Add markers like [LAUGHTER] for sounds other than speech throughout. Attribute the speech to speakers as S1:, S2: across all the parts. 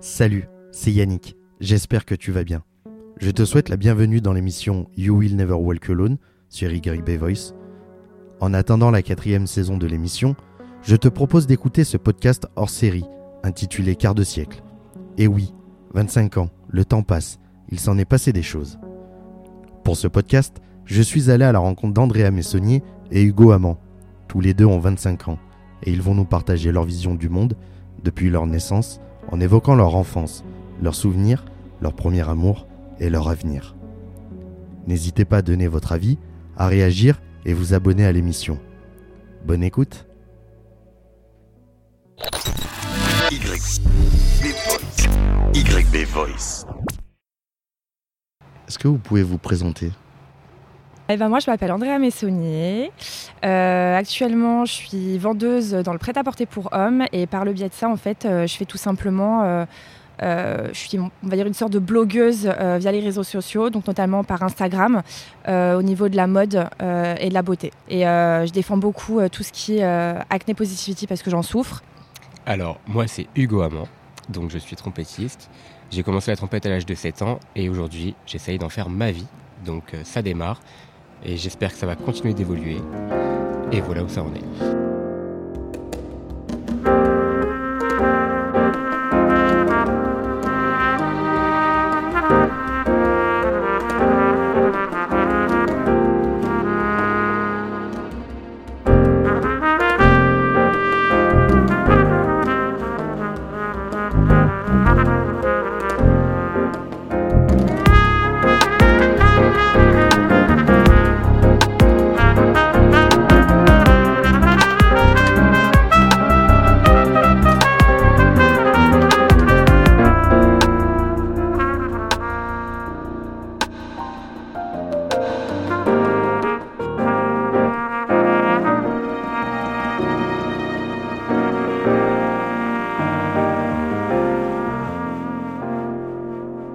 S1: Salut, c'est Yannick. J'espère que tu vas bien. Je te souhaite la bienvenue dans l'émission You Will Never Walk Alone sur YB Voice. En attendant la quatrième saison de l'émission, je te propose d'écouter ce podcast hors série, intitulé Quart de siècle. Et oui, 25 ans, le temps passe, il s'en est passé des choses. Pour ce podcast, je suis allé à la rencontre d'Andrea Messonnier et Hugo Amand. Tous les deux ont 25 ans, et ils vont nous partager leur vision du monde, depuis leur naissance, en évoquant leur enfance, leurs souvenirs, leur premier amour et leur avenir. N'hésitez pas à donner votre avis, à réagir et vous abonner à l'émission. Bonne écoute
S2: Y. Les Voice. YB Voice.
S1: Est-ce que vous pouvez vous présenter
S3: Eh ben moi, je m'appelle Andrea Messonnier. Euh, actuellement, je suis vendeuse dans le prêt-à-porter pour hommes et par le biais de ça, en fait, euh, je fais tout simplement. euh, euh, je suis, on va dire, une sorte de blogueuse euh, via les réseaux sociaux, donc notamment par Instagram, euh, au niveau de la mode euh, et de la beauté. Et euh, je défends beaucoup euh, tout ce qui est euh, acné positivity parce que j'en souffre.
S4: Alors, moi, c'est Hugo Amand, donc je suis trompettiste. J'ai commencé la trompette à l'âge de 7 ans et aujourd'hui, j'essaye d'en faire ma vie. Donc, euh, ça démarre et j'espère que ça va continuer d'évoluer. Et voilà où ça en est.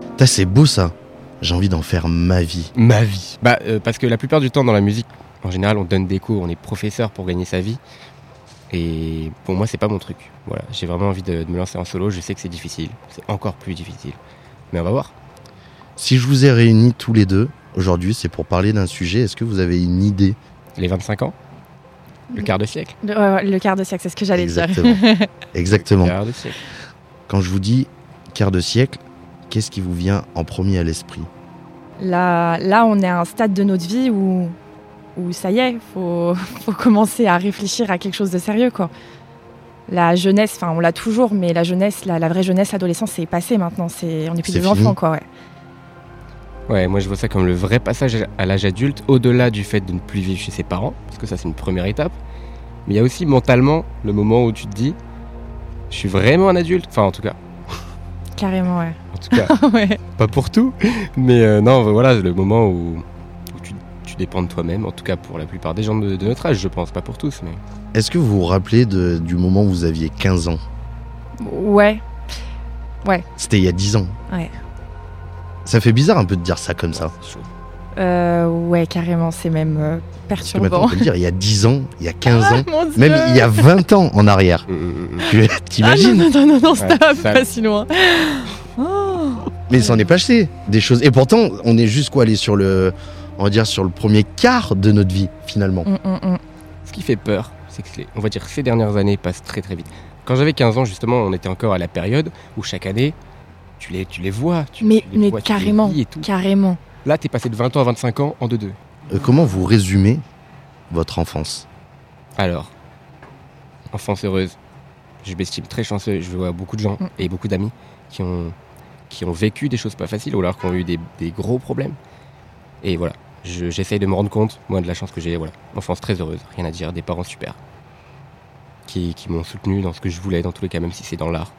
S1: Putain, c'est beau ça J'ai envie d'en faire ma vie.
S4: Ma vie Bah, euh, parce que la plupart du temps, dans la musique, en général, on donne des cours, on est professeur pour gagner sa vie. Et pour moi, c'est pas mon truc. Voilà, j'ai vraiment envie de, de me lancer en solo. Je sais que c'est difficile, c'est encore plus difficile. Mais on va voir.
S1: Si je vous ai réunis tous les deux, aujourd'hui c'est pour parler d'un sujet, est-ce que vous avez une idée
S4: Les 25 ans Le quart de siècle
S3: Le, ouais, ouais, le quart de siècle, c'est ce que j'allais dire.
S1: Exactement.
S3: [LAUGHS]
S1: Exactement.
S4: Le quart de siècle.
S1: Quand je vous dis quart de siècle, qu'est-ce qui vous vient en premier à l'esprit
S3: Là, là, on est à un stade de notre vie où, où ça y est, faut, [LAUGHS] faut commencer à réfléchir à quelque chose de sérieux, quoi. La jeunesse, enfin, on l'a toujours, mais la jeunesse, la, la vraie jeunesse, l'adolescence, c'est passé maintenant. C'est, on n'est plus
S1: C'est
S3: des
S1: fini.
S3: enfants, quoi. ouais.
S4: Ouais, moi je vois ça comme le vrai passage à l'âge adulte, au-delà du fait de ne plus vivre chez ses parents, parce que ça c'est une première étape. Mais il y a aussi mentalement le moment où tu te dis, je suis vraiment un adulte. Enfin, en tout cas,
S3: Carrément, ouais. [LAUGHS]
S4: en tout [LAUGHS] cas,
S3: Ouais.
S4: pas pour tout. Mais euh, non, voilà, le moment où, où tu, tu dépends de toi-même, en tout cas pour la plupart des gens de, de notre âge, je pense, pas pour tous, mais.
S1: Est-ce que vous vous rappelez de- du moment où vous aviez 15 ans
S3: Ouais.
S1: C'était il y a 10 ans.
S3: Ouais.
S1: Ça fait bizarre un peu de dire ça comme ça.
S4: Ouais, c'est chaud.
S3: Euh, ouais, carrément, c'est même euh,
S1: Parce que maintenant on
S3: perturbant.
S1: peut le dire, il y a 10 ans, il y a 15 ans,
S3: [LAUGHS] Mon Dieu.
S1: même il y a 20 ans en arrière.
S4: Mm, mm, mm.
S1: Tu
S3: Ah non,
S1: [LAUGHS] T'imagines
S3: non, non, non, non, stop,
S4: ça-
S3: pas si loin. Oh.
S1: Mais il s'en est passé des choses. Et pourtant, on est juste quoi aller sur le, on va dire sur le premier quart de notre vie finalement.
S3: Mm, mm, mm.
S4: Ce qui fait peur, c'est que, les- on va dire, ces dernières années passent très très vite. Quand j'avais 15 ans, justement, on était encore à la période où chaque année, tu les, tu les vois, tu,
S3: Mais,
S4: tu les
S3: mais
S4: vois, tu les
S3: carrément,
S4: vis et tout.
S3: carrément.
S4: Là, t'es passé de 20 ans à 25 ans en 2-2.
S1: Euh, comment vous résumez votre enfance
S4: Alors, enfance heureuse, je m'estime très chanceux. Je vois beaucoup de gens
S3: Mm.
S4: et beaucoup d'amis qui ont, qui ont vécu des choses pas faciles ou alors qui ont eu des, des gros problèmes. Et voilà, je- j'essaye de me rendre compte, moi, de la chance que j'ai. Voilà, enfance très heureuse, rien à dire, des parents super. Qui, qui m'ont soutenu dans ce que je voulais, dans tous les cas, même si c'est dans l'art.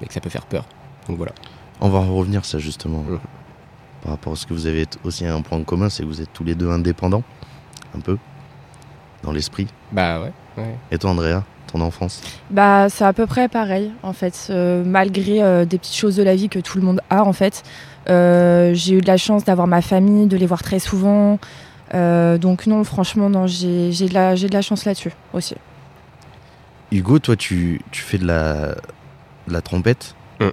S4: Mais que ça peut faire peur. Donc voilà.
S1: On va en revenir ça justement.
S4: Mhm.
S1: Par rapport à ce que vous avez t- aussi un point en commun, c'est que vous êtes tous les deux indépendants, un peu, dans l'esprit.
S4: Bah ouais, ouais.
S1: Et toi Andrea, ton enfance
S3: Bah, c'est à peu près pareil, en fait. Euh, malgré euh, des petites choses de la vie que tout le monde a, en fait, euh, j'ai eu de la chance d'avoir ma famille, de les voir très souvent. Euh, donc non, franchement, non, j'ai j'ai de, la- j'ai de la chance là-dessus aussi.
S1: Hugo, toi tu, tu fais de la, de la trompette.
S4: Mhm.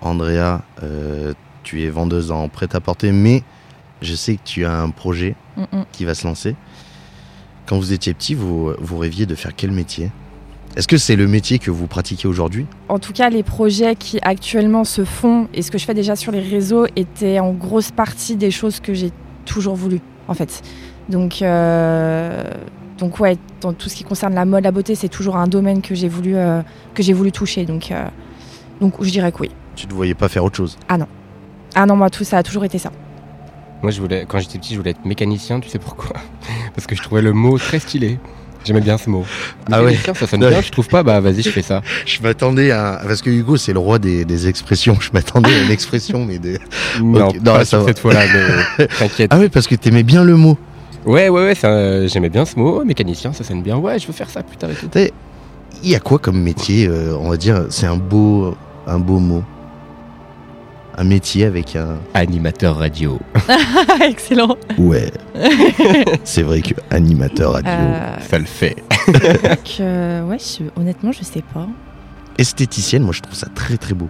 S1: Andrea, euh, tu es vendeuse en prêt-à-porter, mais je sais que tu as un projet
S3: Mm, mm.
S1: qui va se lancer. Quand vous étiez petit, vous, vous rêviez de faire quel métier Est-ce que c'est le métier que vous pratiquez aujourd'hui
S3: En tout cas, les projets qui actuellement se font et ce que je fais déjà sur les réseaux étaient en grosse partie des choses que j'ai toujours voulu, en fait. Donc, euh, donc ouais, dans tout ce qui concerne la mode, la beauté, c'est toujours un domaine que j'ai voulu, euh, que j'ai voulu toucher. Donc, euh, donc je dirais que oui.
S1: Tu ne te voyais pas faire autre chose
S3: Ah non, moi, tout ça a toujours été ça.
S4: Moi, je voulais, quand j'étais petit, je voulais être mécanicien, tu sais pourquoi [LAUGHS] Parce que je trouvais le mot très stylé. J'aimais bien ce mot.
S1: Ah ouais.
S4: Mécanicien, ça sonne bien, je trouve pas, bah vas-y, je fais ça.
S1: Je m'attendais à... Parce que Hugo, c'est le roi des, des expressions. Je m'attendais à une expression, mais des...
S4: Non,
S1: non, ça
S4: pas sur
S1: va.
S4: cette fois-là, [LAUGHS] mais
S1: [LAUGHS]
S4: t'inquiète.
S1: Ah oui, parce que t'aimais bien le mot.
S4: Ouais, ouais, ouais, ça, euh, j'aimais bien ce mot, Ouais, mécanicien, ça sonne bien, ouais, je veux faire ça, putain, et tout.
S1: T'sais, Il y a quoi comme métier euh, On va dire, c'est un beau, un beau mot. Un métier avec un...
S4: Animateur radio.
S3: Excellent.
S1: [LAUGHS] Ouais. c'est vrai que animateur radio,
S3: Euh,
S4: Ça le fait.
S3: donc, euh, ouais, je- honnêtement, je sais pas.
S1: esthéticienne, moi je trouve ça très très beau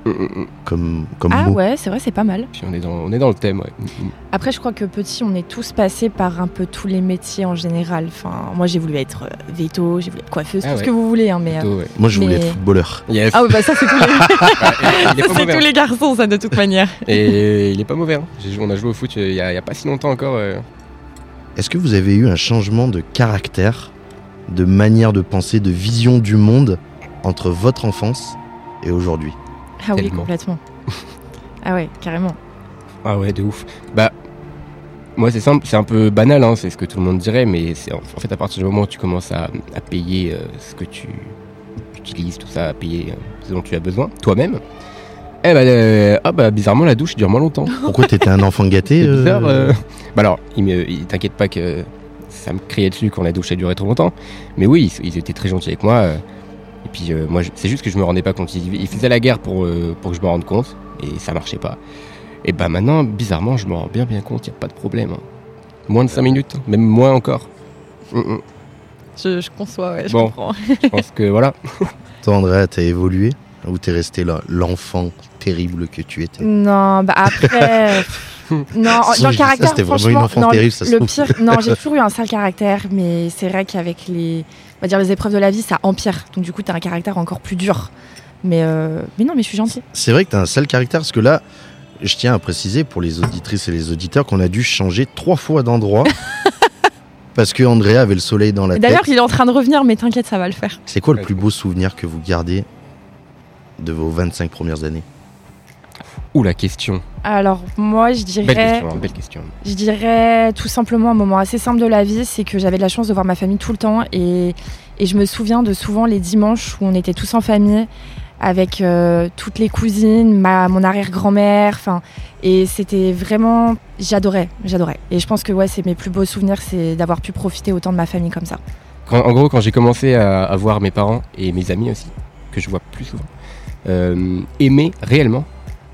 S1: comme, comme
S3: Ah
S1: mot.
S3: ouais, c'est vrai, c'est pas mal.
S4: Mm, Puis on est dans, on est dans le thème, ouais. Mm,
S3: Après, je crois que petit, on est tous passés par un peu tous les métiers en général. Enfin, moi, j'ai voulu être euh, veto, j'ai voulu être coiffeuse,
S4: Ah
S3: tout ce
S4: ouais.
S3: que vous voulez. hein, mais, euh,
S4: Plutôt, ouais.
S1: Moi je voulais
S3: Mais-
S1: être footballeur.
S4: Yes.
S3: Ah ouais, bah ça,
S1: [LAUGHS]
S3: c'est tous, les...
S4: il est
S3: ça,
S4: pas
S3: [LAUGHS] c'est
S4: mauvais.
S3: tous
S4: hein.
S3: les garçons, ça, de toute manière.
S4: Et il est pas mauvais. hein. J'ai joué- on a joué au foot euh, il y, a il y a pas si longtemps encore. euh.
S1: Est-ce que vous avez eu un changement de caractère, de manière de penser, de vision du monde entre votre enfance et aujourd'hui
S3: Ah oui,
S1: [LAUGHS]
S4: Tellement.
S3: complètement. Ah ouais, carrément.
S4: Ah ouais, de ouf. Bah, moi c'est simple, c'est un peu banal, hein, c'est ce que tout le monde dirait, mais c'est en en fait à partir du moment où tu commences à, à payer euh, ce que tu utilises, tout ça, à payer euh, ce dont tu as besoin, toi-même, eh bah, euh, ah bah bizarrement la douche dure moins longtemps.
S1: Pourquoi t'étais un enfant gâté
S4: C'est
S1: euh,
S4: bizarre. euh. Bah alors, il me- il t'inquiète pas que ça me criait dessus quand la douche a duré trop longtemps. Mais oui, ils, ils étaient très gentils avec moi. euh. Et puis euh, moi, je- c'est juste que je me rendais pas compte. Ils, ils faisaient la guerre pour, euh, pour que je me rende compte, et ça marchait pas. Et bah maintenant, bizarrement, je m'en rends bien bien compte. Y a pas de problème. hein. Moins de 5 minutes, hein, même moins encore. Mm, mm.
S3: Je, je conçois, ouais, je
S4: Bon.
S3: comprends.
S4: Je pense que voilà.
S1: Toi Andrea, t'as évolué ou t'es resté là, l'enfant terrible que tu étais
S3: Non, bah après.
S1: [LAUGHS]
S3: non,
S1: Ça,
S3: dans
S1: j'ai-
S3: le
S1: ça,
S3: caractère,
S1: c'était vraiment
S3: franchement,
S1: une enfance
S3: non,
S1: terrible, ça se
S3: le
S1: trouve.
S3: pire, non,
S1: [LAUGHS]
S3: j'ai toujours eu un sale caractère, mais c'est vrai qu'avec les, on va dire les épreuves de la vie, ça empire. Donc du coup, t'as un caractère encore plus dur. Mais euh, mais non, mais je suis gentille.
S1: C'est vrai que t'as un sale caractère parce que là, je tiens à préciser pour les auditrices et les auditeurs qu'on a dû changer trois fois
S4: [LAUGHS]
S1: d'endroit. Parce que Andrea avait le soleil dans la tête.
S3: D'ailleurs, il est en train de revenir, mais t'inquiète, ça va le faire.
S1: C'est quoi le plus beau souvenir que vous gardez de vos 25 premières années
S4: Ouh la question.
S3: Alors moi, je
S4: Belle
S3: dirais,
S4: question, hein, belle question.
S3: je dirais tout simplement un moment assez simple de la vie, c'est que j'avais de la chance de voir ma famille tout le temps et et je me souviens de souvent les dimanches où on était tous en famille avec euh, toutes les cousines, ma mon arrière-grand-mère, enfin et c'était vraiment j'adorais, j'adorais. Et je pense que ouais, c'est mes plus beaux souvenirs, c'est d'avoir pu profiter autant de ma famille comme ça.
S4: Quand- en gros, quand j'ai commencé à, à voir mes parents et mes amis aussi, que je vois plus souvent, euh, aimer réellement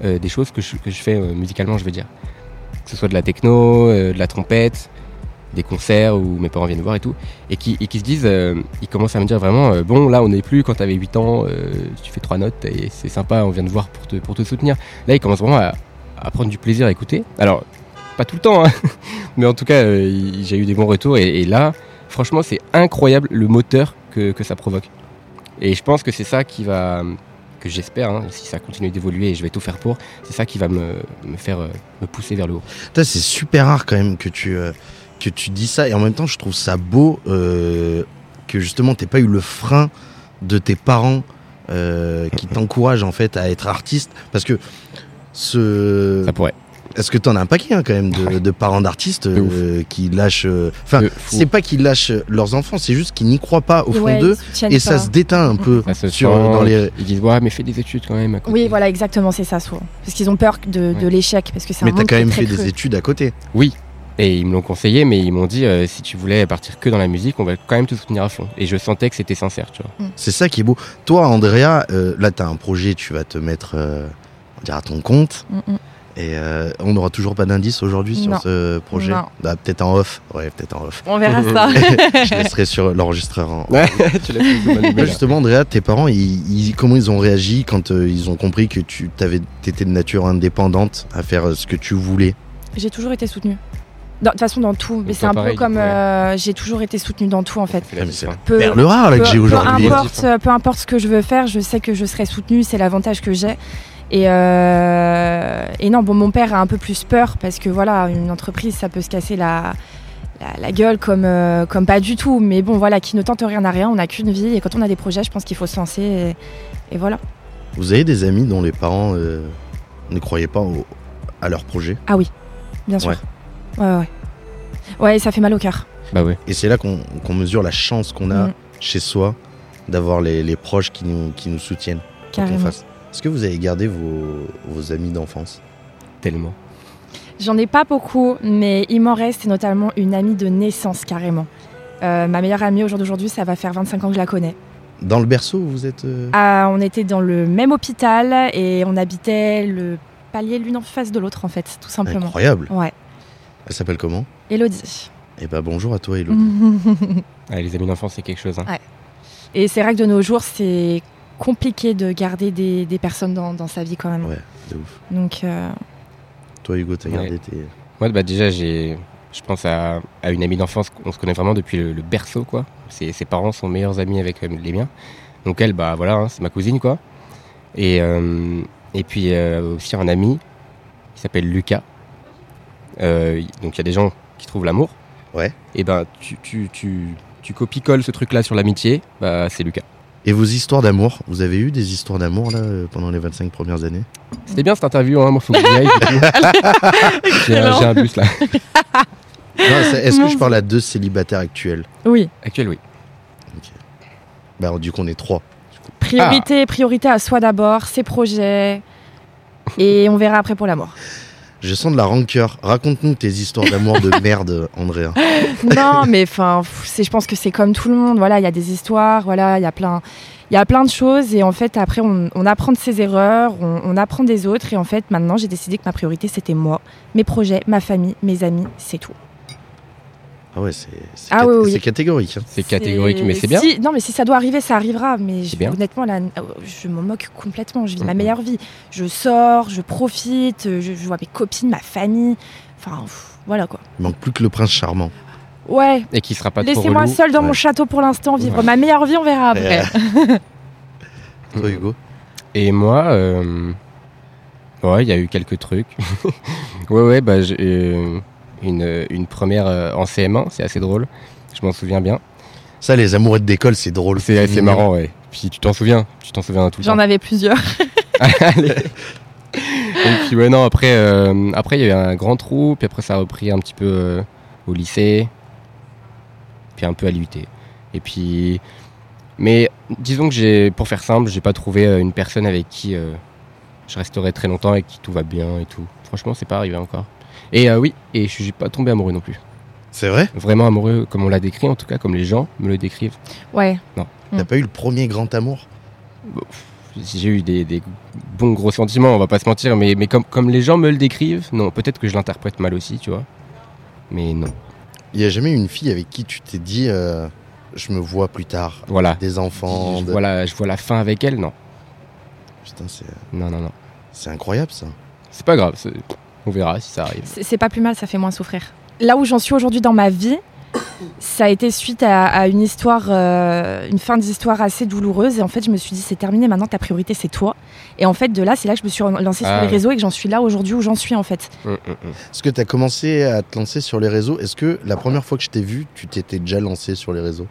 S4: euh, des choses que je, que je fais euh, musicalement, je veux dire. Que ce soit de la techno, euh, de la trompette, des concerts où mes parents viennent voir et tout, et qui, et qui se disent, euh, ils commencent à me dire vraiment, euh, bon, là, on n'est plus quand t'avais 8 ans, euh, tu fais trois notes et c'est sympa, on vient te voir pour te, pour te soutenir. Là, ils commencent vraiment à, à prendre du plaisir à écouter. Alors, pas tout le temps, hein, [LAUGHS] mais en tout cas, euh, il- j'ai eu des bons retours et, et là, franchement, c'est incroyable le moteur que, que ça provoque. Et je pense que c'est ça qui va, que j'espère, hein, si ça continue d'évoluer et je vais tout faire pour, c'est ça qui va me, me faire euh, me pousser vers le haut.
S1: Putain, c'est super rare quand même que tu, euh, que tu dis ça. Et en même temps, je trouve ça beau euh, que justement, t'aies pas eu le frein de tes parents euh,
S4: [LAUGHS]
S1: qui t'encouragent en fait à être artiste. Parce que ce.
S4: Ça pourrait.
S1: Est-ce que t'en as un paquet hein, quand même de,
S4: Ouais.
S1: de parents d'artistes
S4: De ouf.
S1: euh, qui lâchent. euh, Enfin,
S4: De fou.
S1: c'est pas qu'ils lâchent leurs enfants, c'est juste qu'ils n'y croient pas au fond
S3: Ouais, ils
S1: d'eux.
S3: soutiennent
S1: Et ça
S3: pas.
S1: se déteint un peu
S4: Ça se
S1: sur, euh,
S4: sent,
S1: dans les,
S4: Ils disent, ouais, mais fais des études quand même. à côté.
S3: Oui, voilà, exactement, c'est ça souvent. Parce qu'ils ont peur de, de
S4: Ouais.
S3: l'échec, parce que c'est un
S1: Mais t'as
S3: monde
S1: quand
S3: qui est
S1: même
S3: très
S1: fait
S3: creux.
S1: des études à côté.
S4: Et ils me l'ont conseillé, mais ils m'ont dit, euh, si tu voulais partir que dans la musique, on va quand même te soutenir à fond. Et je sentais que c'était sincère, tu vois.
S1: C'est ça qui est beau. Toi, Andrea, euh, là, t'as un projet, tu vas te mettre euh, on dirait, à ton compte.
S3: Mm, mm.
S1: Et euh, on n'aura toujours pas d'indice aujourd'hui
S3: Non.
S1: sur ce projet.
S3: Non.
S1: Ah, peut-être en off. Ouais, peut-être en
S3: [LAUGHS]
S1: off.
S3: On
S1: [LAUGHS]
S3: verra ça.
S1: Je laisserai sur l'enregistreur. en-
S4: Ouais, [LAUGHS] tu l'as fait de
S3: Bah,
S4: bonne
S1: Toi,
S4: humeur.
S1: justement, Andrea, tes parents, ils, ils- comment ils ont réagi quand euh, ils ont compris que tu t'avais, étais de nature indépendante à faire euh, ce que tu voulais
S3: J'ai toujours été soutenue. Dans- De toute façon, dans tout. Mais
S4: Toi,
S3: c'est un
S4: pareil,
S3: peu comme
S4: ouais.
S3: euh, j'ai toujours été soutenue dans tout en fait.
S4: Tu l'as
S1: Ah, mais c'est
S4: fait, hein.
S3: Peu,
S1: Perle rare là, que
S3: Euh, peu-
S1: j'ai aujourd'hui.
S3: Peu importe, euh, peu importe ce que je veux faire, je sais que je serai soutenue, c'est l'avantage que j'ai. Et, euh, et non, bon, mon père a un peu plus peur parce que voilà, une entreprise, ça peut se casser la, la, la gueule comme, euh, comme pas du tout. Mais bon, voilà, qui ne tente rien n'a rien, on n'a qu'une vie. Et quand on a des projets, je pense qu'il faut se lancer. Et, et voilà.
S1: Vous avez des amis dont les parents euh, ne croyaient pas au- à leur projet
S3: Bien sûr.
S1: Ouais.
S3: Ouais, ouais. Ouais, ça fait mal au cœur.
S4: Bah ouais.
S1: Et c'est là qu'on qu'on mesure la chance qu'on a
S3: Mm.
S1: chez soi d'avoir les, les proches qui nous, qui nous soutiennent, quoi qu'on
S3: Carrément.
S1: fasse. Est-ce que vous avez gardé vos, vos amis d'enfance
S4: Tellement.
S3: J'en ai pas beaucoup, mais il m'en reste et notamment une amie de naissance carrément. Euh, ma meilleure amie au jour d'aujourd'hui, ça va faire 25 ans que je la connais.
S1: Dans le berceau, vous êtes. euh,
S3: Ah, on était dans le même hôpital et on habitait le palier l'une en face de l'autre en fait, tout simplement.
S1: Incroyable.
S3: Ouais,
S1: Elle s'appelle comment
S3: Elodie.
S1: Eh ben bonjour à toi, Elodie.
S3: Mm.
S4: Ah, les amis d'enfance, c'est quelque chose. hein.
S3: [LAUGHS] et c'est vrai que de nos jours, c'est compliqué de garder des, des personnes dans, dans sa vie quand même.
S1: Ouais, de ouf.
S3: Donc euh,
S1: Toi, Hugo, t'as
S4: Ouais.
S1: gardé tes.
S4: Moi, bah, déjà, j'ai, je pense à, à une amie d'enfance. On se connaît vraiment depuis le, le berceau, quoi. Ses, ses parents sont meilleurs amis avec euh, les miens. Donc elle, bah voilà, hein, c'est ma cousine, quoi. Et, euh, et puis euh, aussi un ami qui s'appelle Lucas. Euh, y- donc il y a des gens qui trouvent l'amour.
S1: Ouais.
S4: Et ben tu, tu, tu, tu copies-colles ce truc-là sur l'amitié, bah c'est Lucas.
S1: Et vos histoires d'amour Vous avez eu des histoires d'amour là euh, pendant les 25 premières années
S4: C'était bien cette interview, hein, moi faut que j'y aille. du coup.
S3: [LAUGHS]
S4: J'ai un- j'ai un bus là.
S1: Non, c'est- Est-ce
S3: Mon
S1: que je parle à deux célibataires actuels
S3: oui,
S4: Actuel, oui.
S1: Bah, alors, du coup, on est trois. Ah.
S3: priorité, priorité à soi d'abord, ses projets et on verra après pour l'amour.
S1: Je sens de la rancœur. Raconte-nous tes histoires d'amour
S3: [LAUGHS]
S1: de merde, Andrea.
S4: [LAUGHS]
S3: non, mais enfin, pff, c'est- je pense que c'est comme tout le monde. Voilà, il y a des histoires, voilà, il y a plein, il y a plein de choses. Et en fait, après, on, on apprend de ses erreurs, on, on apprend des autres. Et en fait, maintenant, j'ai décidé que ma priorité, c'était moi, mes projets, ma famille, mes amis, c'est tout.
S1: Ah ouais, c'est c'est
S3: Ah
S1: cat-
S3: oui, oui.
S1: c'est catégorique. hein.
S4: C'est catégorique, mais c'est bien.
S3: Si- non, mais si ça doit arriver, ça arrivera. Mais je-
S4: C'est bien.
S3: honnêtement, là, euh, je m'en moque complètement. Je vis ma
S4: Mhm.
S3: meilleure vie. Je sors, je profite, euh, je, je vois mes copines, ma famille. Enfin, pff, voilà quoi.
S1: Il manque plus que le prince charmant.
S3: Ouais.
S4: Et qui sera pas trop
S3: Laissez-moi
S4: relou.
S3: seule dans
S1: Ouais.
S3: mon château pour l'instant, vivre
S4: Ouais.
S3: ma meilleure vie, on verra après.
S1: Toi,
S4: Mm.
S1: Hugo
S4: Et moi, euh, ouais, il y a eu quelques trucs. [LAUGHS] ouais, ouais, bah, j'ai euh, une, une première euh, en CM1, c'est assez drôle. Je m'en souviens bien.
S1: Ça, les amoureux de d'école, c'est drôle.
S4: C'est assez marrant, ouais. Puis tu t'en souviens, tu t'en souviens tout le temps.
S3: J'en avais plusieurs.
S4: Allez. Et puis ouais, non, après, euh, après il y a eu un grand trou, puis après ça a repris un petit peu euh, au lycée, puis un peu à l'UT. Et puis, mais disons que j'ai, pour faire simple, j'ai pas trouvé euh, une personne avec qui euh, je resterai très longtemps et qui tout va bien et tout. Franchement, c'est pas arrivé encore. Et euh, oui, et je suis pas tombé amoureux non plus.
S1: C'est vrai
S4: Vraiment amoureux, comme on l'a décrit, en tout cas, comme les gens me le décrivent.
S3: [LAUGHS] Ouais. Mm.
S1: T'as pas eu le premier grand amour
S4: J'ai eu des, des bons gros sentiments, on va pas se mentir, mais, mais comme, comme les gens me le décrivent, non, peut-être que je l'interprète mal aussi, tu vois. Mais non.
S1: Il y a jamais eu une fille avec qui tu t'es dit euh, je me vois plus tard
S4: Voilà.
S1: Des enfants.
S4: Je
S1: de-
S4: vois, la, je vois la fin avec elle, non.
S1: Putain, c'est
S4: Non, non, non. c'est
S1: c'est incroyable ça.
S4: C'est pas grave, c'est- on verra si ça arrive.
S3: C'est c'est pas plus mal, ça fait moins souffrir. Là où j'en suis aujourd'hui dans ma vie, ça a été suite à, à une histoire, euh, une fin d'histoire assez douloureuse. Et en fait, je me suis dit, c'est terminé, maintenant ta priorité c'est toi. Et en fait, de là, c'est là que je me suis lancée
S4: Ah
S3: sur les
S4: ouais.
S3: réseaux et que j'en suis là aujourd'hui où j'en suis en fait.
S4: Hum, hum, hum.
S1: Est-ce que tu as commencé à te lancer sur les réseaux Est-ce que la première fois que je t'ai vu, tu t'étais déjà lancé sur les réseaux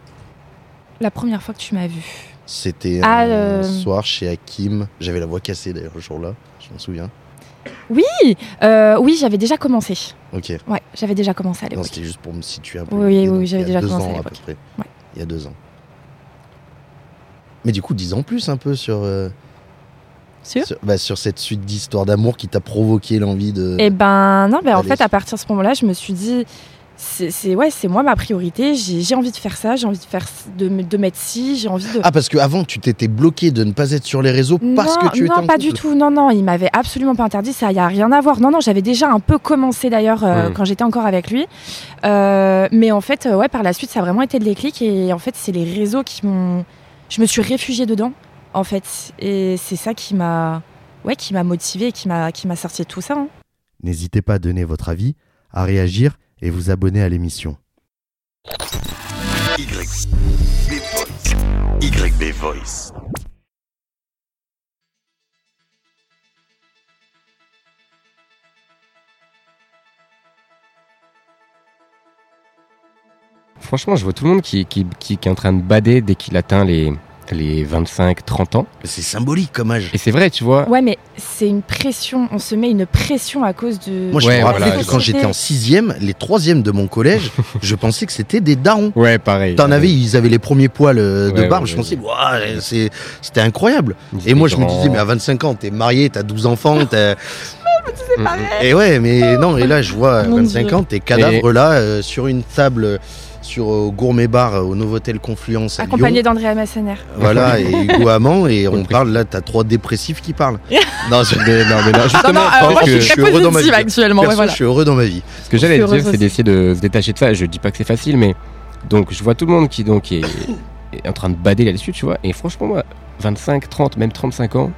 S3: La première fois que tu m'as vue.
S1: C'était
S3: Ah,
S1: un
S3: euh.
S1: soir chez Hakim. J'avais la voix cassée d'ailleurs le jour-là, je m'en souviens.
S3: Euh, oui, j'avais déjà commencé.
S1: Ok,
S3: Ouais, j'avais déjà commencé à
S1: non,
S3: l'époque.
S1: c'était juste pour me situer un peu.
S3: Oui, oui,
S1: Donc,
S3: oui,
S1: il
S3: j'avais
S1: y a
S3: déjà
S1: deux
S3: commencé
S1: ans,
S3: à
S1: peu près.
S3: Ouais.
S1: Il y a deux ans. Mais du coup, dix ans plus un peu sur, euh,
S3: Sûr
S1: sur, bah, sur cette suite d'histoires d'amour qui t'a provoqué l'envie de.
S3: Eh ben non, ben en
S1: Allez.
S3: fait, à partir de ce moment-là, je me suis dit, c'est c'est- ouais, c'est moi ma priorité. J'ai j'ai envie de faire ça, j'ai envie de, faire, de, me- de mettre ci, j'ai envie de.
S1: Ah, parce qu'avant, tu t'étais bloqué de ne pas être sur les réseaux parce
S3: non,
S1: que tu étais
S3: non,
S1: en
S3: pas
S1: couple.
S3: du tout. Non, non, il m'avait absolument pas interdit. Ça, il y a rien à voir. Non, non, j'avais déjà un peu commencé d'ailleurs euh,
S4: Mm.
S3: quand j'étais encore avec lui. Euh, mais en fait, euh, ouais, par la suite, ça a vraiment été le déclic. Et en fait, c'est les réseaux qui m'ont. Je me suis réfugiée dedans, en fait. Et c'est ça qui m'a, ouais, qui m'a motivée, et qui m'a, qui m'a sorti de tout ça. hein.
S1: N'hésitez pas à donner votre avis, à réagir et vous abonner à l'émission.
S2: Y, les potes. YB Voice.
S4: Franchement, je vois tout le monde qui, qui, qui, qui est en train de bader dès qu'il atteint les, les 25-30 ans.
S1: C'est symbolique comme âge.
S4: Et c'est vrai, tu vois.
S3: Ouais, mais c'est une pression. On se met une pression à cause de.
S1: Moi, je
S4: Ouais,
S1: me rappelle
S4: voilà,
S1: que
S4: je-
S1: quand j'étais en sixième, les troisièmes de mon [LAUGHS] collège, je pensais que c'était des darons.
S4: Ouais, pareil.
S1: T'en avais, ils avaient les premiers poils euh, de
S4: euh, Ouais,
S1: barbe.
S4: ouais,
S1: je
S4: ouais.
S1: pensais, Ouah, c'est- c'était incroyable.
S4: Ils
S1: Et moi, je
S4: étaient
S1: me
S4: grands.
S1: disais, mais à 25 ans, t'es marié, t'as 12 enfants, t'as-
S4: Mm, mm.
S1: Et ouais, mais non, et là, je vois, à
S3: Mon
S1: 25
S3: Dieu.
S1: ans, t'es cadavre là, euh, sur une table, euh, sur euh, Gourmet Bar, euh, au Novotel Confluence à
S3: Accompagné
S1: Lyon.
S3: d'Andrea Massener.
S1: Voilà, et Hugo Amand, et on
S4: Compris.
S1: parle, là, t'as trois dépressifs qui parlent. non, c'est- mais non, mais Ah, non, je-
S4: Justement,
S3: euh,
S1: alors
S4: parce
S1: moi,
S4: que-
S1: je suis heureux dans ma vie.
S3: actuellement.
S1: perso, je suis heureux dans ma vie.
S4: Ce que j'allais
S3: Je suis
S4: dire,
S3: heureuse
S4: c'est
S3: aussi.
S4: d'essayer de se détacher de ça. Je dis pas que c'est facile, mais donc je vois tout le monde qui
S3: [COUGHS]
S4: donc est, est en train de bader là-dessus, tu vois. Et franchement, moi, 25, 30, même 35 ans,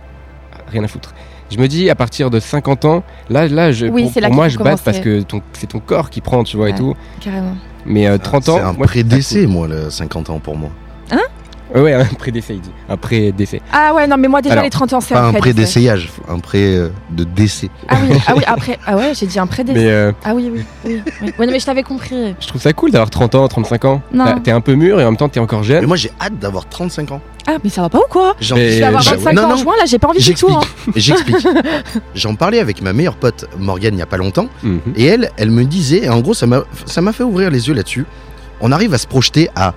S4: rien à foutre. Je me dis, à partir de 50 ans, là, là, je,
S3: Oui,
S4: pour,
S3: c'est là
S4: pour
S3: qu'il
S4: moi,
S3: faut
S4: je bade
S3: commencer.
S4: parce que ton- c'est ton corps qui prend, tu vois, et
S3: Ouais.
S4: tout.
S3: Carrément.
S4: Mais euh, 30 ans,
S1: C'est un
S4: moi, je-
S1: pré-décès, moi, le 50 ans pour moi.
S4: Ouais, ouais, un pré-décès, il dit. Un pré-décès.
S3: Ah ouais, non, mais moi déjà
S4: Alors,
S3: les 30 ans, c'est
S1: Pas
S3: un
S1: un
S3: fait, c'est-
S1: pré-décéage, un pré euh, de décès.
S3: Ah oui, ah oui,
S1: [LAUGHS]
S3: après. Ah ouais, j'ai dit un pré
S4: Mais euh,
S3: Ah oui, oui, [LAUGHS] oui. oui. Ouais, non, mais je t'avais compris.
S4: je trouve ça cool d'avoir 30 ans, 35 ans.
S3: Non.
S4: T'as- T'es un peu mûr et en même temps, t'es encore
S1: Mais
S4: jeune.
S1: moi, j'ai hâte d'avoir 35 ans.
S3: Ah, mais ça va pas ou quoi
S1: J'en-
S4: Mais-
S3: Je vais avoir
S4: je-
S3: 25
S1: non,
S3: ans en
S1: non.
S3: juin, là, j'ai pas envie du tout.
S1: J'explique,
S3: hein. [LAUGHS]
S1: j'explique. J'en parlais avec ma meilleure pote Morgane il n'y a pas longtemps,
S4: Mhm.
S1: et elle, elle me disait, et en gros, ça m'a ça m'a fait ouvrir les yeux là-dessus. On arrive à se projeter à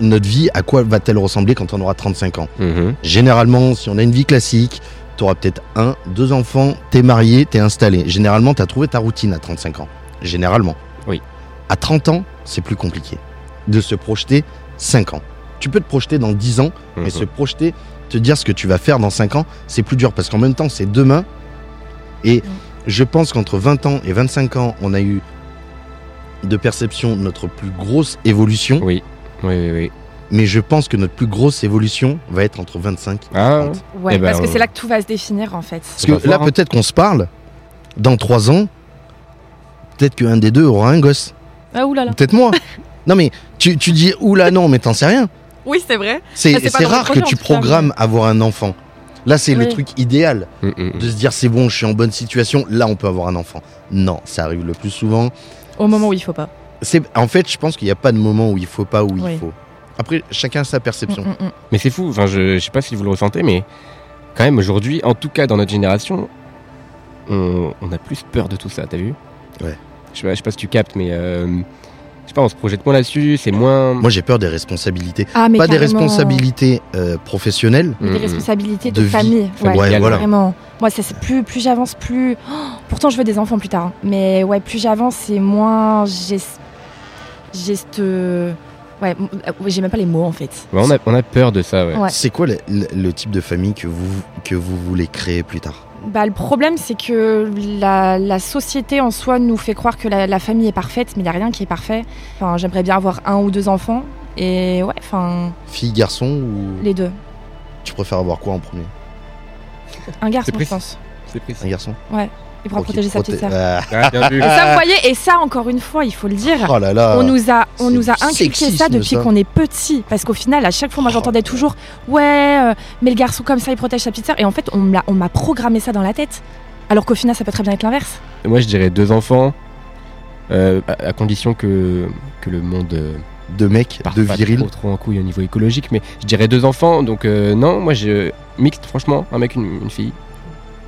S1: notre vie, à quoi va-t-elle ressembler quand on aura 35 ans
S4: Mhm.
S1: Généralement, si on a une vie classique, t'auras peut-être un, deux enfants, t'es marié, t'es installé. Généralement, t'as trouvé ta routine à 35 ans. Généralement.
S4: Oui.
S1: À 30 ans, c'est plus compliqué de se projeter 5 ans. Tu peux te projeter dans 10 ans, mais
S4: Mhm.
S1: se projeter, te dire ce que tu vas faire dans 5 ans, c'est plus dur parce qu'en même temps, c'est demain.
S3: Mm.
S1: Et je pense qu'entre 20 ans et 25 ans, on a eu de perception notre plus grosse évolution,
S4: Oui, oui, oui. oui.
S1: mais je pense que notre plus grosse évolution va être entre 25
S4: Ah,
S1: Trente.
S3: hein. Ouais,
S4: Eh ben,
S3: parce que
S4: on-
S3: c'est là que tout va se définir en fait.
S1: Parce que
S4: On va
S1: là,
S4: voir, hein.
S1: peut-être qu'on se parle dans trois ans. Peut-être qu'un des deux aura un gosse.
S3: Ah oulala.
S1: Peut-être
S3: [LAUGHS]
S1: moi. non, mais tu, tu dis oula, non, mais t'en sais rien.
S3: Oui, c'est vrai.
S1: C'est
S3: Ah, c'est pas
S1: c'est
S3: dans le
S1: rare
S3: projet,
S1: que tu
S3: en tout cas,
S1: programmes avoir un enfant. Là, c'est le
S3: Oui.
S1: truc idéal
S4: Mhm, mhm.
S1: de se dire c'est bon, je suis en bonne situation. Là, on peut avoir un enfant. Non, ça arrive le plus souvent.
S3: Au moment où il faut pas.
S1: C'est en fait, je pense qu'il n'y a pas de moment où il faut pas où
S3: Oui.
S1: il faut. Après, chacun a sa perception.
S3: Mm, mm, mm.
S4: Mais c'est fou, enfin, je, je sais pas si vous le ressentez, mais quand même aujourd'hui, en tout cas dans notre génération, on, on a plus peur de tout ça, t'as vu
S1: Ouais.
S4: Je sais, pas, je sais pas si tu captes, mais euh, je sais pas, on se projette moins là-dessus, c'est moins.
S1: Moi, j'ai peur des responsabilités.
S3: Ah, mais
S1: pas des
S3: mm. carrément.
S1: responsabilités euh, professionnelles.
S3: Mais
S4: Mhm.
S3: des responsabilités de,
S1: De vie.
S3: famille.
S4: Familiale,
S3: Ouais,
S1: ouais.
S3: Vraiment. Moi, ça, c'est plus, plus j'avance, plus. Oh, pourtant, je veux des enfants plus tard. hein. Mais ouais, plus j'avance et moins j'ai. J'ai ce- Ouais, m- euh, j'ai même pas les mots en fait.
S4: mm. Ouais, on, a, on a peur de ça, ouais.
S3: Ouais.
S1: C'est quoi le, le- le type de famille que vous, que vous voulez créer plus tard
S3: Bah, le problème, c'est que la, la société en soi nous fait croire que la, la famille est parfaite, mais il n'y a rien qui est parfait. Enfin, J'aimerais bien avoir un ou deux enfants. Et ouais, enfin,
S1: Fille, garçon ou
S3: les deux.
S1: tu préfères avoir quoi en premier
S3: Un garçon,
S4: C'est
S3: je
S4: précis.
S3: pense.
S4: C'est
S1: Un
S4: précis.
S1: garçon
S3: Et pour
S1: Ok,
S3: protéger sa petite
S1: proté-
S3: sœur.
S1: Ah,
S4: Ah, bien vu.
S3: Et ça, vous voyez, et ça, encore une fois, il faut le dire.
S1: Oh là là
S3: On nous a, on
S1: c'est
S3: nous a
S1: du
S3: inculqué ça
S1: sexisme,
S3: depuis
S1: ça.
S3: qu'on est petit. Parce qu'au final, à chaque fois, moi,
S1: Oh.
S3: j'entendais toujours Ouais, euh, mais le garçon comme ça, il protège sa petite sœur. Et en fait, on me l'a- on m'a programmé ça dans la tête. Alors qu'au final, ça peut très bien être l'inverse.
S4: [LAUGHS] Moi, je dirais deux enfants, euh, à, à condition que, que le monde euh,
S1: Deux mecs,
S4: parte
S1: deux
S4: pas
S1: virils.
S4: trop, trop en couille au niveau écologique, mais je dirais deux enfants, donc euh, non, moi, je mixte, franchement, un mec, une, une fille.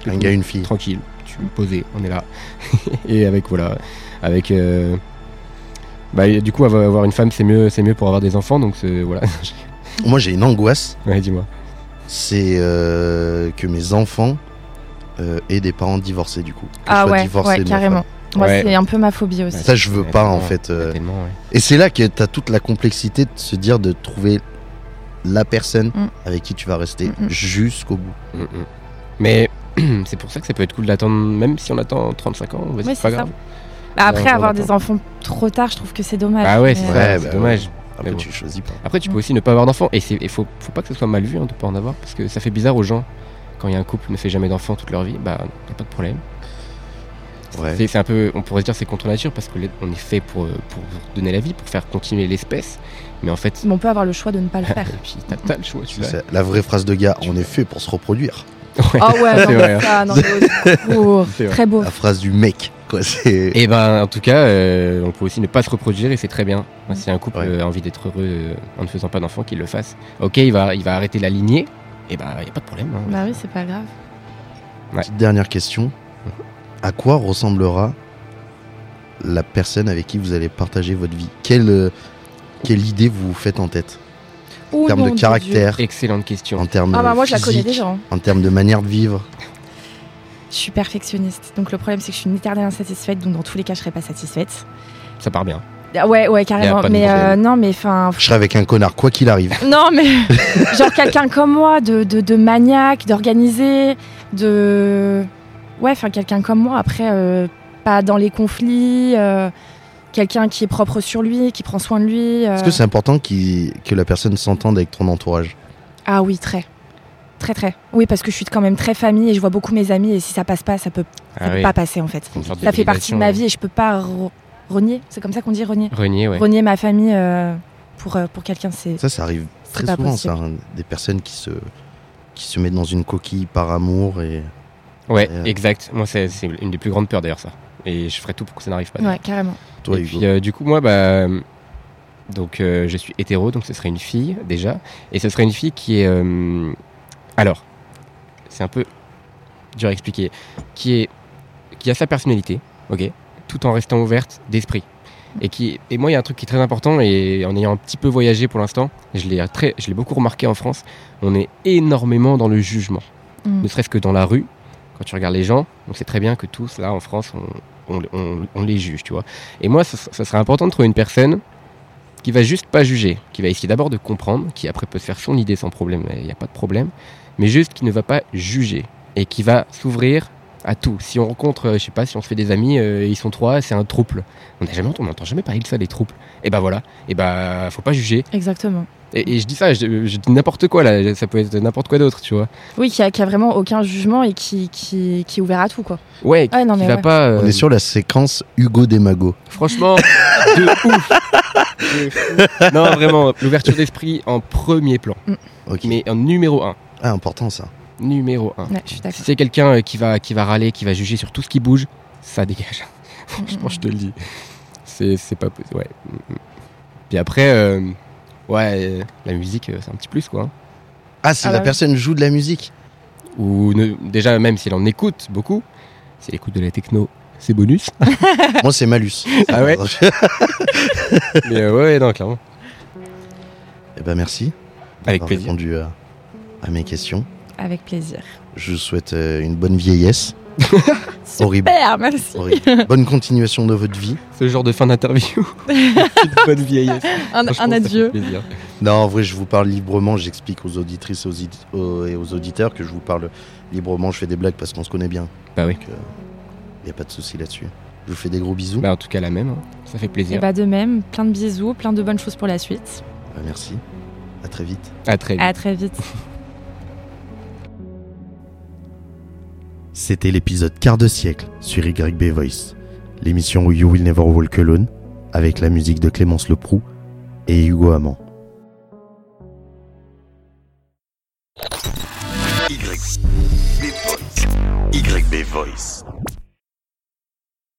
S1: Un gars, une fille.
S4: tranquille, tu suis posé, on est là. [LAUGHS] et avec voilà, avec euh, bah, du coup avoir avoir une femme c'est mieux, c'est mieux pour avoir des enfants donc c'est voilà. [LAUGHS]
S1: Moi j'ai une angoisse,
S4: ouais, dis-moi.
S1: c'est
S3: Ah
S1: euh, que mes enfants euh, aient des parents divorcés du coup. Que je sois divorcé de ma femme.
S3: Moi,
S4: Ouais.
S3: c'est un peu ma phobie aussi.
S1: Ça, je veux
S4: Ouais,
S1: pas, en
S4: tellement,
S1: fait. euh,
S4: Tellement, ouais.
S1: Et c'est là que t'as toute la complexité de se dire de trouver la personne
S3: Mm.
S1: avec qui tu vas rester
S3: Mm, mm.
S1: jusqu'au bout.
S4: Mm, mm. Mais [CLEARS THROAT] c'est pour ça que ça peut être cool d'attendre, même si on attend 35 ans, vas-y,
S3: Ouais,
S4: c'est pas
S3: c'est ça.
S4: grave.
S3: Bah, après,
S4: Ouais,
S3: avoir
S4: d'accord.
S3: des enfants trop tard, je trouve que c'est dommage.
S4: Ah ouais, c'est
S3: Mais,
S4: ça,
S3: euh,
S1: Ouais,
S4: c'est
S1: bah
S4: dommage.
S1: Après,
S4: Mais bon.
S1: tu choisis pas.
S4: Après, tu peux
S3: Mm.
S4: aussi ne pas avoir d'enfant, et il faut, faut pas que ce soit mal vu hein, de pas en avoir, parce que ça fait bizarre aux gens. Quand il y a un couple ne fait jamais d'enfant toute leur vie, bah, y a pas de problème.
S1: Ouais.
S4: C'est c'est un peu, on pourrait se dire c'est contre nature parce que l'être- on est fait pour, euh, pour donner la vie, pour faire continuer l'espèce. Mais en fait,
S3: mais on peut avoir le choix de ne pas le
S4: et
S3: faire.
S4: [LAUGHS] puis t'as t'as le choix, [LAUGHS] tu vois.
S1: C'est la vraie phrase de gars, on est fait pour se reproduire.
S3: Ah ouais,
S4: [LAUGHS] C'est
S3: non,
S4: vrai, hein.
S3: mais ça, non, mais au
S4: [LAUGHS]
S3: secours.
S4: C'est vrai.
S3: Très beau.
S1: La phrase du mec, quoi. C'est.
S4: Et ben, en tout cas, euh, on peut aussi ne pas se reproduire et c'est très bien. Moi, Si un couple
S1: Ouais.
S4: euh, a envie d'être heureux euh, en ne faisant pas d'enfant, qu'il le fasse. Ok, il va, il va arrêter la lignée. Et ben, y a pas de problème. hein.
S3: Bah oui, c'est pas grave.
S1: Petite dernière question. À quoi ressemblera la personne avec qui vous allez partager votre vie Quelle, euh, quelle idée vous vous faites en tête
S3: Ou
S1: En
S3: Oh
S1: termes de caractère,
S4: Excellente question.
S1: en termes
S3: Ah bah moi, je la
S1: physique,
S3: connais déjà. hein.
S1: en termes de manière de vivre
S3: Je suis perfectionniste. Donc le problème, c'est que je suis une éternelle insatisfaite. Donc dans tous les cas, je serai pas satisfaite.
S4: Ça part bien.
S3: Ah Ouais, ouais,
S4: Y a
S3: carrément.
S4: pas de
S3: Mais euh,
S4: problème.
S3: non, mais enfin.
S1: Je serai avec un connard, quoi qu'il arrive.
S3: Non, mais genre quelqu'un comme moi, de, de, de maniaque, d'organisé, de. Ouais, enfin quelqu'un comme moi, après, euh, pas dans les conflits, euh, quelqu'un qui est propre sur lui, qui prend soin de lui. euh.
S1: Est-ce que c'est important qu'il- que la personne s'entende avec ton entourage
S3: Ah oui, très. Très, très. Oui, parce que je suis quand même très famille et je vois beaucoup mes amis et si ça passe pas, ça peut, ça
S4: Ah
S3: peut
S4: oui.
S3: pas passer en fait.
S4: C'est une sorte
S3: Ça fait partie de ma vie
S4: d'obligation.
S3: et je peux pas re- renier, c'est comme ça qu'on dit renier.
S4: Renier, ouais.
S3: Renier ma famille euh, pour, euh, pour quelqu'un, c'est.
S1: Ça, ça arrive
S3: c'est
S1: très
S3: pas
S1: souvent,
S3: possible.
S1: ça. hein. Des personnes qui se, qui se mettent dans une coquille par amour et.
S4: Ouais,
S1: Euh.
S4: exact. Moi, c'est c'est une des plus grandes peurs d'ailleurs, ça. Et je ferai tout pour que ça n'arrive pas.
S3: Ouais, carrément.
S1: Toi,
S4: et
S1: Hugo.
S4: puis, euh, du coup, moi, bah, donc, euh, je suis hétéro, donc ce serait une fille déjà. Et ce serait une fille qui est. euh, alors, c'est un peu dur à expliquer. Qui, est, qui a sa personnalité, ok Tout en restant ouverte d'esprit. Et, qui, et moi, il y a un truc qui est très important, et en ayant un petit peu voyagé pour l'instant, je l'ai très- je l'ai beaucoup remarqué en France, on est énormément dans le jugement
S3: Mm.
S4: ne serait-ce que dans la rue, quand tu regardes les gens, on sait très bien que tous, là, en France, on, on- on- on les juge, tu vois. Et moi, ça, ça serait important de trouver une personne qui va juste pas juger, qui va essayer d'abord de comprendre, qui après peut se faire son idée sans problème, il n'y a pas de problème, mais juste qui ne va pas juger et qui va s'ouvrir à tout. Si on rencontre, euh, je sais pas, si on se fait des amis, euh, ils sont trois, c'est un trouble. On n'a jamais, entendu- on n'entend jamais parler de ça, les troubles. Et ben voilà, et ben faut pas juger.
S3: Exactement.
S4: Et, et je dis ça, je, je dis n'importe quoi là, ça peut être n'importe quoi d'autre, tu vois.
S3: Oui, qui a, qui a vraiment aucun jugement et qui, qui, qui est ouvert à tout, quoi. Ah
S4: Ouais,
S3: Ouais, non,
S4: qui
S3: mais
S4: va
S3: ouais.
S4: pas. euh,
S1: On est sur la séquence Hugo Démago.
S4: Franchement, de
S1: [LAUGHS]
S4: ouf. De fou. Non, vraiment, l'ouverture d'esprit en premier plan,
S1: Ok.
S4: mais en numéro un.
S1: Ah, important ça.
S4: Numéro un.
S3: Ouais, je suis
S4: Si
S3: d'accord.
S4: c'est quelqu'un euh, qui va, qui va râler, qui va juger sur tout ce qui bouge, ça dégage. [LAUGHS] Franchement, je te le dis. C'est, c'est pas possible. Ouais. Mm, Puis après, euh, ouais, euh, la musique, euh, c'est un petit plus, quoi. hein.
S1: Ah, si
S3: Ah
S1: la
S3: bah oui.
S1: personne joue de la musique.
S4: Ou ne- déjà, même si elle en écoute beaucoup, si elle écoute de la techno,
S3: [LAUGHS]
S4: c'est bonus.
S1: Moi, c'est malus.
S4: [LAUGHS] Ah ouais mais euh, ouais, non, clairement.
S1: [LAUGHS] Eh ben, merci.
S4: Avec
S1: d'avoir
S4: plaisir.
S1: répondu à, à mes questions.
S3: Avec plaisir.
S1: Je vous souhaite euh, une bonne vieillesse. Horrible.
S3: Super, merci.
S1: Horrible. Bonne continuation de votre vie.
S4: Ce genre de
S3: [LAUGHS]
S4: fin d'interview. [LAUGHS] Une bonne vieillesse.
S3: Un,
S4: Franchement,
S3: un
S4: ça fait
S3: adieu.
S4: plaisir.
S1: Non, en vrai, je vous parle librement. J'explique aux auditrices et aux, idi- aux- et aux auditeurs que je vous parle librement. Je fais des blagues parce qu'on se connaît bien.
S4: Bah oui.
S1: Il n'y a pas de souci là-dessus. Je vous fais des gros bisous.
S4: Bah, en tout cas, la même. hein. Ça fait
S3: Et
S4: plaisir.
S3: bah de même, plein de bisous, plein de bonnes choses pour la suite.
S1: Euh, merci. À très vite.
S4: à très vite.
S3: À très vite.
S1: C'était l'épisode quart de siècle sur YB Voice, l'émission où You Will Never Walk Alone, avec la musique de Clémence Leproux et Hugo Amand.
S2: Y. Les potes. YB Voice.